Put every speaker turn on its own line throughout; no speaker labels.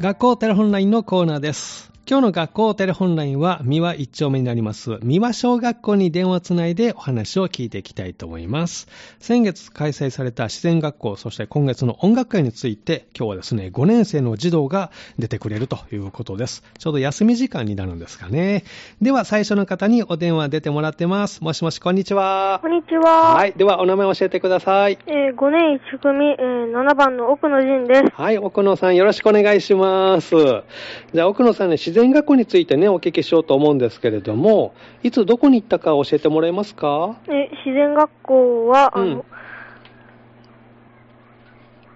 学校テレホンラインのコーナーです。今日の学校テレホンラインは三輪一丁目になります。三輪小学校に電話つないでお話を聞いていきたいと思います。先月開催された自然学校、そして今月の音楽会について、今日はですね、5年生の児童が出てくれるということです。ちょうど休み時間になるんですかね。では最初の方にお電話出てもらってます。もしもし、こんにちは
こ。んにちは。
はい。ではお名前教えてください。
えー、5年1組、えー、7番の奥野仁です。
はい、奥野さんよろしくお願いします。じゃあ奥野さんね、自然学校についてね、お聞きしようと思うんですけれども、いつどこに行ったか教えてもらえますか
えー自然学校は、あの、
うん
えー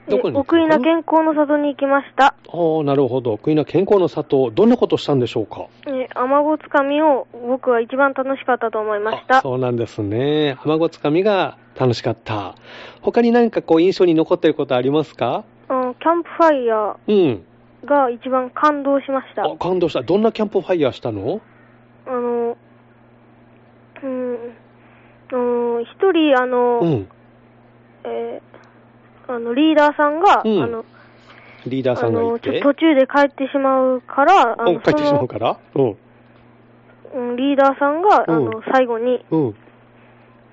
どこに
奥稲健康の里に行きました。
おー、なるほど。国の健康の里、どんなことしたんでしょうか
えー、雨子つかみを僕は一番楽しかったと思いまし
あ
た。
そうなんですね。雨ごつかみが楽しかった。他に何かこう印象に残っていることありますか
うんキャンプファイヤ
うん。
ーが一番感動しました。
あ、感動した。どんなキャンプファイヤーしたの
あの、うん、うん、一人、あの、
うん。
えーあの、リーダーさんが、
うん
あの、
リーダーさんがい
あの
て
ち。ょ途中で帰ってしまうから、あ
お
の
帰ってしまう
そ
からうん。
のうんリーダーさんが、あ
うん
の最後に、
うん。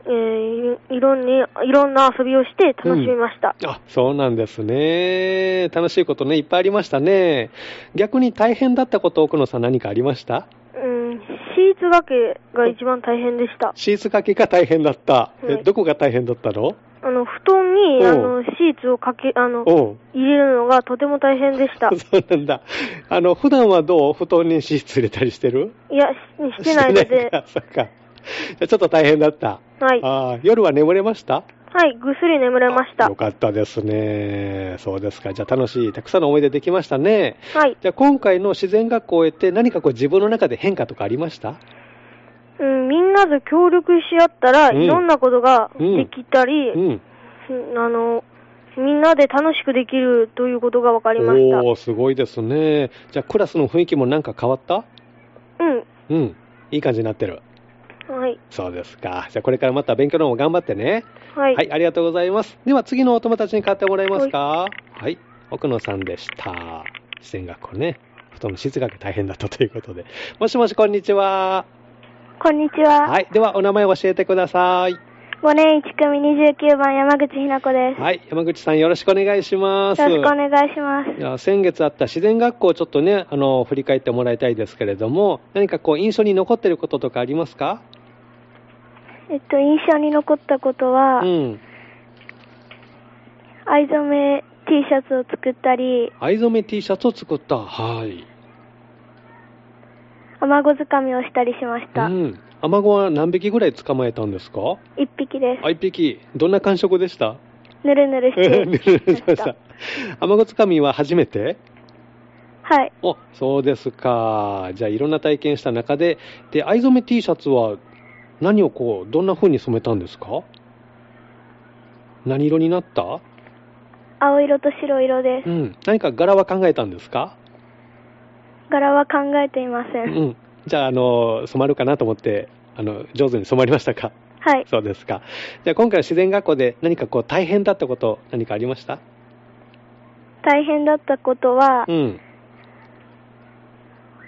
えーいいろんにいろんな遊びをして楽しみました、
あ、そうなんですね。楽しいことね、いっぱいありましたね。逆に大変だったこと、奥野さん何かありました
うんシーツがけが一番大変でした
シーツ掛けが大変だった。え
はい
どこが大変だったの
あの布団に
おう
あのシーツをかけあの
おう。
入れるのがとても大変で した
そうなんだ。あの、普段はどう布団にシーツ入れたりしてる
いやししてないの
してない
で
か。そっか。じゃあちょっと大変だった。
はい
あー夜は眠れました
はいぐっすり眠れました
あよかったですね。そうですか。じゃあ楽しい、たくさんの思い出できましたね。
はい
じゃあ今回の自然学校を終えて何かこう自分の中で変化とかありました
うん、みんなで協力し合ったら、
うん
いろんなことができたり、
うん。
あの、みんなで楽しくできるということが分かりました。
おー、すごいですね。じゃあ、クラスの雰囲気もなんか変わった
う
うん。いい感じになってる。
ん。はい。
そうですか。じゃあ、これからまた勉強の方も頑張ってね。
はい。
ありがとうございます。では、次のお友達に買ってもらえますかはい、奥野さんでした。自然学校ね。布団の質学大変だったということで。もしもし、こんにちは。
こんにちは。
はい。では、お名前を教えてください。
5年1組29番山口ひな子です。
はい。山口さん、よろしくお願いします。
よろしくお願いします。
じゃあ先月あった自然学校をちょっとね、あの、振り返ってもらいたいですけれども、何かこう、印象に残ってることとかありますか
えっと、印象に残ったことは、
うん。
藍染め T シャツを作ったり、
藍染め T シャツを作った。はい。
雨子づかみをしたりしまし
う
た。一
ん。アマゴは何匹ぐらい捕まえたんですか
匹で
あ、一匹。どんな感触でした
す。ぬるぬるし
ね
て
しました。アマゴつかみは初めて
はい。
お、そうですか。じゃあ、いろんな体験した中で、で、藍染め T シャツは何をこう、どんな風に染めたんですか何色になった
青色と白色です
う。ん、何か柄は考えたんですか、
柄は考えていませ。
うんん、じゃああの染まるかなと思ってあの上手に染まりましたか
はい。
そうですかじゃあ今回は自然学校で何かこう大変だったこと何かありました
大変だったことは、
うん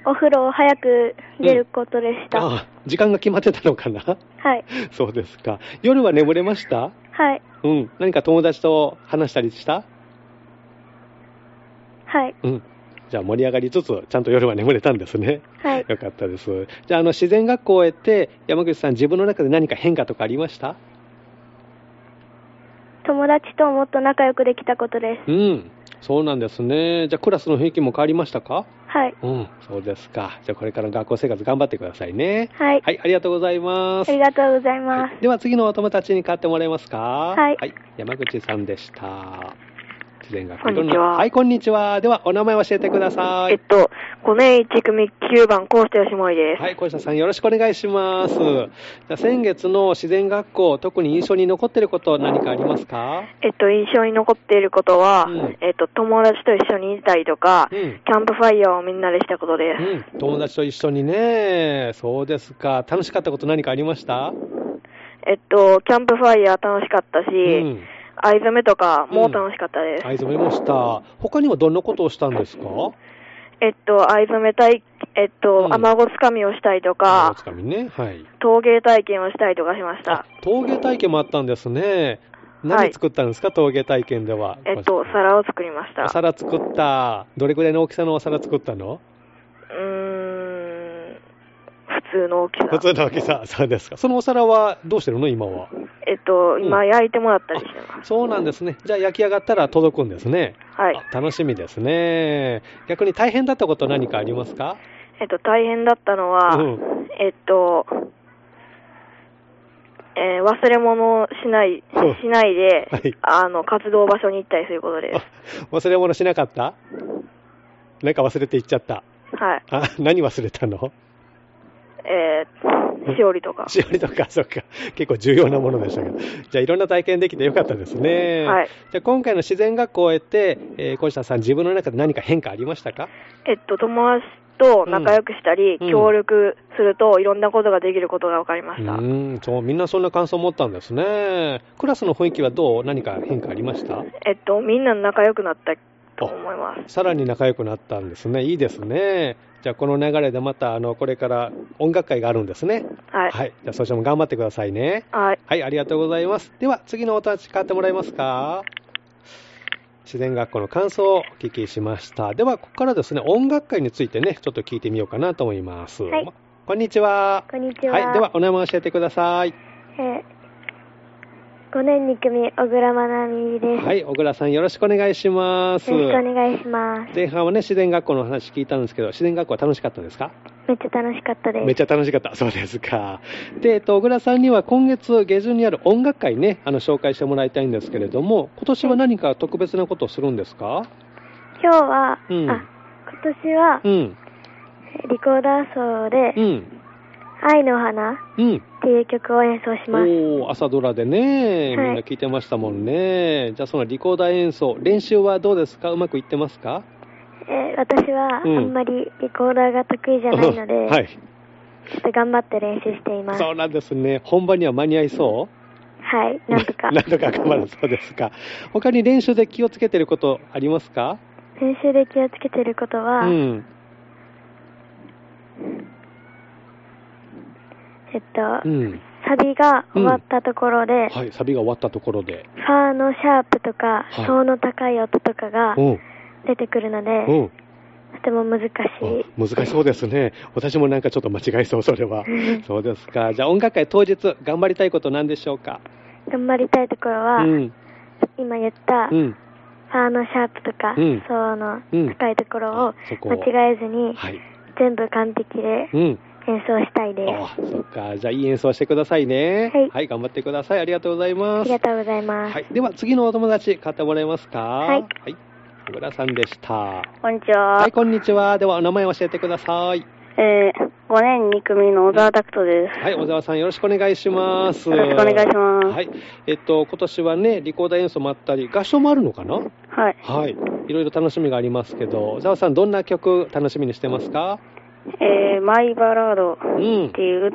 お風呂を早く出ることでした。
あ時間が決まってたのかな
はい。
そうですか夜は眠れました
はい。
うん何か友達と話したりした
はい。
うんじゃあ盛り上がりつつちゃんと夜は眠れたんですね
はい。
よかったですじゃああの自然学校を終えて山口さん自分の中で何か変化とかありました
友達ともっと仲良くできたことです。
うん、そうなんですね。じゃあクラスの雰囲気も変わりましたか
はい。
うん、そうですか。じゃあこれからの学校生活頑張ってくださいね。
はい。
はい、ありがとうございま
あ
す。
りがとうございま
はいでは次のお友達に買ってもらえますか
はい
山口さんでした。自然学
こんにちは
どないこんにちは。では、お名前を教えてくださ
えっ
い。
と、5年1組9番、こうしてよしもいです。
はい、小下さん、よろしくお願いします。じゃあ先月の自然学校、特に印象に残っていること、何かありますか
えっと、印象に残っていることは、
うん
えっと、友達と一緒にいたりとか、
うん
キャンプファイヤーをみんなでしたことです。
うん、友達と一緒にね、そうですか。楽しかったこと、何かありました
えっと、キャンプファイヤー楽しかったし、
うん
藍染めとかも楽しかったです。
藍染めもした。他にはどんなことをしたんですかう
えっと、藍染めたい、えっと、
うん
雨ごつかみをしたりと
あ
か
つ、かみね。はい。
陶芸体験をしたりとかしました。
陶芸体験もあったんですね。
は
何
い
作ったんですか、陶芸体験では。
えっと、皿を作りました。
お皿作った。どれくらいの大きさのお皿作ったの
うーん、普通の大きさ。
普通の大きさ。そうですか。そのお皿はどうしてるの今は。
えっと、
う
今
ん
焼いてもらったりしてます。
そうなんですね。じゃあ焼き上がったら届くんですね。
はい。
あ楽しみですね。逆に大変だったこと何かありますか
えっと、大変だったのは、
うん
えっと、えー忘れ物をしない、
うん
しないで、
はい
あの、活動場所に行ったりすることです。
あ 忘れ物しなかったなんか忘れていっちゃった。
はい。
あ、何忘れたの
え
うん
ー、しおりとか。
しおりとか、そっか。結構重要なものでしたけど。じゃあいろんな体験できてよかったですね。
はい。
じゃあ今回の自然学校を終えて、えー、小下さん自分の中で何か変化ありましたか
えっと、友達と仲良くしたり、
うん
協力すると、いろんなことができることが分かりま
う
した。
ーん、そう、みんなそんな感想を持ったんですね。クラスの雰囲気はどう何か変化ありました
えっと、みんな仲良くなったと思います。
さらに仲良くなったんですね。いいですね。じゃあこの流れでまた、あの、これから音楽会があるんですね。
はい。
じゃあそちらも頑張ってくださいね。
はい。
はい、ありがとうございます。では、次のお立ち変わってもらえますか自然学校の感想をお聞きしました。では、ここからですね、音楽会についてね、ちょっと聞いてみようかなと思います。
はい
こんにちは。
こんにちは。
はい、では、お名前を教えてください。
えー、5年2組、小倉まなみです。
はい、小倉さん、よろしくお願いします。
よろしくお願いします。
前半はね、自然学校の話聞いたんですけど、自然学校は楽しかったですか
めっちゃ楽しかったです。
めっちゃ楽しかった。そうですか。で、えっと、小倉さんには今月下旬にある音楽会ね、あの、紹介してもらいたいんですけれども、今年は何か特別なことをするんですか
今日は、
うん
あ、今年は、
うん。
リコーダー奏で、
うん。
愛の花っ
うん。
ていう曲を演奏します。
おー、朝ドラでね、み
はい
んな聞いてましたもんね。じゃあ、そのリコーダー演奏、練習はどうですかうまくいってますか
えー私は、
うん
あんまりリコーダーが得意じゃないので、
はい。
ちょっと頑張って練習しています。
そうなんですね。本番には間に合いそう
はい、なんとか。
なんとか頑張るそうですか。他に練習で気をつけてることありますか
練習で気をつけてること
う
は、
ん。
えっと、
うん。
サビが終わったところで、
はい、サビが終わったところで。
ファーのシャープとか、
はい
ソーの高い音とかが
うん。
出てくるので、
うん。
とても難しい。
あ難しそうですね。私もなんかちょっと間違いそう、それは。そうですか。じゃあ音楽会当日、頑張りたいことなんでしょうか
頑張りたいところは、
うん。
今言った、
う
フ
ん。
ァーのシャープとか、
うん
ソーの高いところ
う
を
んそこを
間違えずに、
はい。
全部完璧で
うん。
演奏したいです。
ああ、そっか。じゃあいい演奏してくださいね。
はい
頑張ってください。ありがとうござい
あ
ます
り。がとうございます。
はい。では次のお友達、買ってもらえますかはいはい。小倉さんでした。
こんにちは。
はい、こんにちは。では、お名前を教えてください。
えー、5年2組の小沢拓人です。
はい、小沢さん、よろしくお願いします。
よろしくお願いします
はい。えっと、今年はね、リコーダー演奏もあったり、合唱もあるのかな
はい。
はい。いろいろ楽しみがありますけど、小沢さん、どんな曲楽しみにしてますか
えー、マイバラード
ん
っていう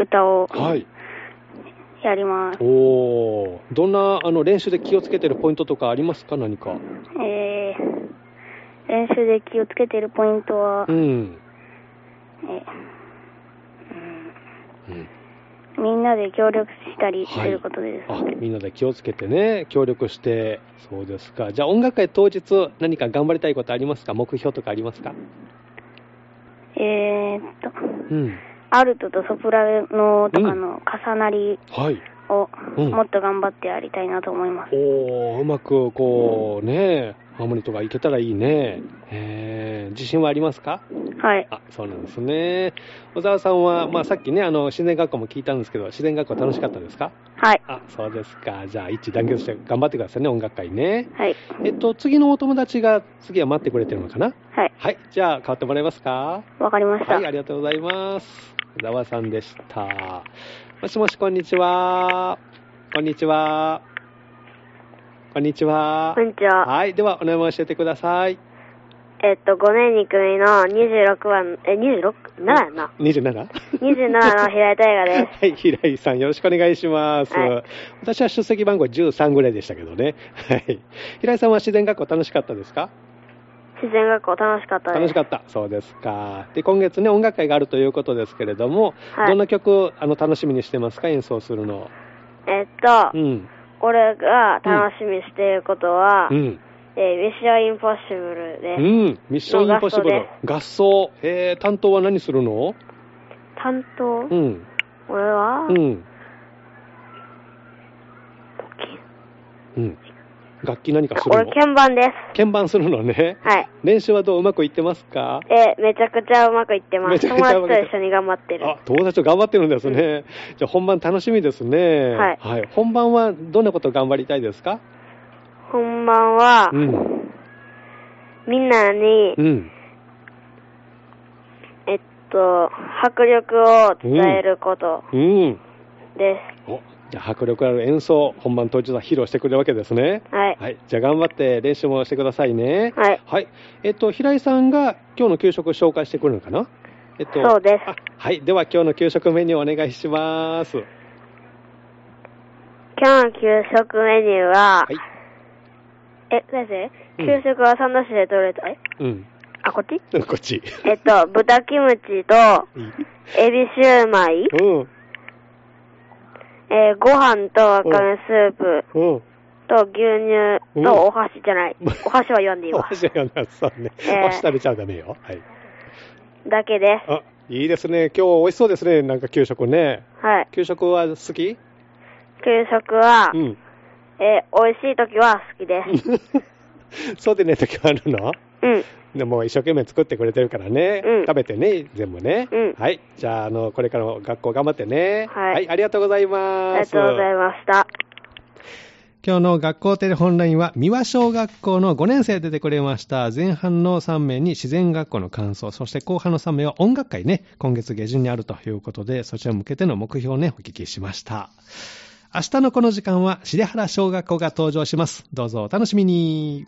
歌を
はい。
やります。
おー。どんな、あの、練習で気をつけてるポイントとかありますか何か。
えー、練習で気をつけているポイントは、
うん。
え
うん
ーみんなで協力したりす
はい
ることです。
あみんなで気をつけてね、協力して、そうですか、じゃあ、音楽会当日、何か頑張りたいことありますか、目標とかありますか、
えーっと、
うん、
アルトとソプラノとかの重なり
はい、
を
うん
もっと頑張ってやりたいなと思います。
おー、うまくこう、ね、ハーモニーとかいけたらいいね、えー、自信はありますか
はい。
あそうなんですね、小沢さんは、まあ、さっきね、あの自然学校も聞いたんですけど、自然学校楽しかったですか
はい。
あそうですか、じゃあ、一致団結して頑張ってくださいね、音楽会ね。
はい。
えっと、次のお友達が、次は待ってくれてるのかな
はい。
はい、じゃあ、変わってもらえますか
わかりました。
はい、ありがとうございます。小沢さんでした。もしもし、こんにちは。こんにちは。こんにちは
こ。んにちは。
はい、では、お名前を教えてください。
えっと、5年2組の26番、え、26? 7やな。
27?
27の平井大 河です。
はい、平井さん、よろしくお願いします。
はい
私は出席番号13ぐらいでしたけどね。はい。平井さんは自然学校楽しかったですか
自然学校楽しかったです。
楽しかったそうですかで今月ね音楽会があるということですけれども、
はい
どんな曲をあの楽しみにしてますか演奏するの
えっと、
うん
俺が楽しみにしていることは、
うん
えー、ミッションインポッシブ
う
ルで、
ん、ミッションインポッシブル合奏、えー、担当は何するの
担当、
うん
俺は、
う
募
ん
金
うん楽器何かする
俺
の
鍵盤です。
鍵盤するのね
はい。
練習はどううまくいってますか
えーめちゃくちゃうまくいってま
め
す。
ちゃ
友
くちゃうま
達と
くいって
一緒に頑張ってる。
あ友達と頑張ってるんですね、じゃあ本番楽しみですね、
はい
本番はどんなことを頑張りたいですか
本番は、
うん
みんなに、
うん
えっと、迫力を伝えること
うん
で
おじゃあ迫力ある演奏本番当日は披露してくれるわけですね
す。はい。
はいじゃあ頑張って練習もしてくださいね
はい。
えっと平井さんが今日の給食を紹介してくれるのかなえっと
そうです
あはいでは今日の給食メニューお願いしますは
今日の給食メニューは、
い
え、先生
うん
給食は三田市で取れたい、
うん
あ、こっち
こっ ち
えっと、豚キムチと、
いい
エビシューマイ、
うん
えーご飯とわかめスープ
うん
と牛乳とお箸じゃない。お箸は読んでいい
お
わ。
箸はなさんね、
えー
お箸食べちゃダメよはい
だけです。
あいいですね今日美味しそうですねなんか給食ね
はい。
給食は好き
給食は、
うん
えー美味しい時は好きです。
そうでね時はあるの
うん。
でも一生懸命作ってくれてるからね、
うん
食べてね全部ね、
うん
はいじゃああのこれからも学校頑張ってね
はい
ありがとうございます
ありがとうございました。
今日の学校テレホンラインは三輪小学校の5年生出てくれました前半の3名に自然学校の感想そして後半の3名は音楽会ね今月下旬にあるということでそちらに向けての目標をねお聞きしました明日のこの時間は重原小学校が登場しますどうぞお楽しみに